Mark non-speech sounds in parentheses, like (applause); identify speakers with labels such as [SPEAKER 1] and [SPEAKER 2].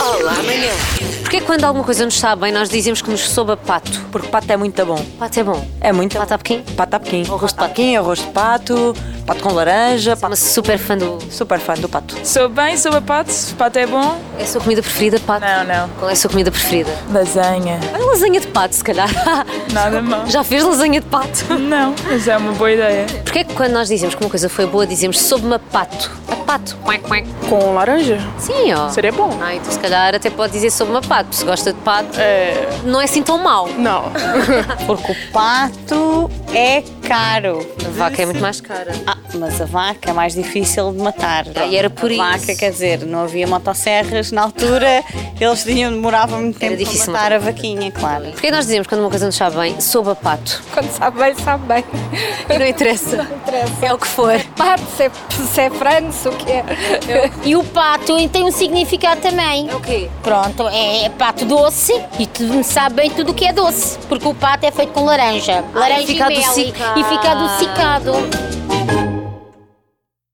[SPEAKER 1] Olá, amanhã.
[SPEAKER 2] Porquê é quando alguma coisa nos sabe bem, nós dizemos que nos soube a pato?
[SPEAKER 3] Porque pato é muito bom.
[SPEAKER 2] Pato é bom.
[SPEAKER 3] É muito
[SPEAKER 2] Pato
[SPEAKER 3] bom.
[SPEAKER 2] a pequim?
[SPEAKER 3] Pato a pequim. Arroz
[SPEAKER 2] Arroz de
[SPEAKER 3] de
[SPEAKER 2] pato.
[SPEAKER 3] paquim, arroz de pato, pato com laranja.
[SPEAKER 2] Sou
[SPEAKER 3] Pato...
[SPEAKER 2] uma super fã do...
[SPEAKER 3] Super fã do pato.
[SPEAKER 4] Sou bem, sou a pato, pato é bom.
[SPEAKER 2] É a sua comida preferida, pato?
[SPEAKER 4] Não, não.
[SPEAKER 2] Qual é a sua comida preferida?
[SPEAKER 4] Lasanha,
[SPEAKER 2] Ah, lasanha de pato, se calhar. (laughs)
[SPEAKER 4] nada (laughs) mal.
[SPEAKER 2] Já fez lasanha de pato?
[SPEAKER 4] Não, mas é uma boa ideia.
[SPEAKER 2] Porquê que quando nós dizemos que uma coisa foi boa, dizemos soube-me a pato? A pato. Quack, quack.
[SPEAKER 4] Com laranja?
[SPEAKER 2] Sim, ó.
[SPEAKER 4] Seria bom.
[SPEAKER 2] Ah, então se calhar até pode dizer soube-me a pato, se gosta de pato.
[SPEAKER 4] É.
[SPEAKER 2] Não é assim tão mau.
[SPEAKER 4] Não.
[SPEAKER 5] Porque o pato é caro.
[SPEAKER 2] A vaca é muito mais cara.
[SPEAKER 5] Ah, mas a vaca é mais difícil de matar.
[SPEAKER 2] Ah, e era por
[SPEAKER 5] a
[SPEAKER 2] isso.
[SPEAKER 5] vaca, quer dizer, não havia motosserras na altura, eles tinham, demoravam muito tempo para
[SPEAKER 2] difícil
[SPEAKER 5] matar a vaquinha, claro.
[SPEAKER 2] Porquê é nós dizemos quando uma coisa nos sabe bem, soube a pato? (laughs)
[SPEAKER 6] Quando sabe bem, sabe bem.
[SPEAKER 2] E não interessa.
[SPEAKER 6] interessa.
[SPEAKER 2] É o que for.
[SPEAKER 6] Pato, se é, se é frango, se o que é.
[SPEAKER 7] E o pato tem um significado também.
[SPEAKER 2] É o quê?
[SPEAKER 7] Pronto, é, é pato doce e tu sabe bem tudo o que é doce, porque o pato é feito com laranja. Laranja
[SPEAKER 2] Ah, fica
[SPEAKER 7] e mel e-
[SPEAKER 2] adocicado.
[SPEAKER 7] e fica adocicado.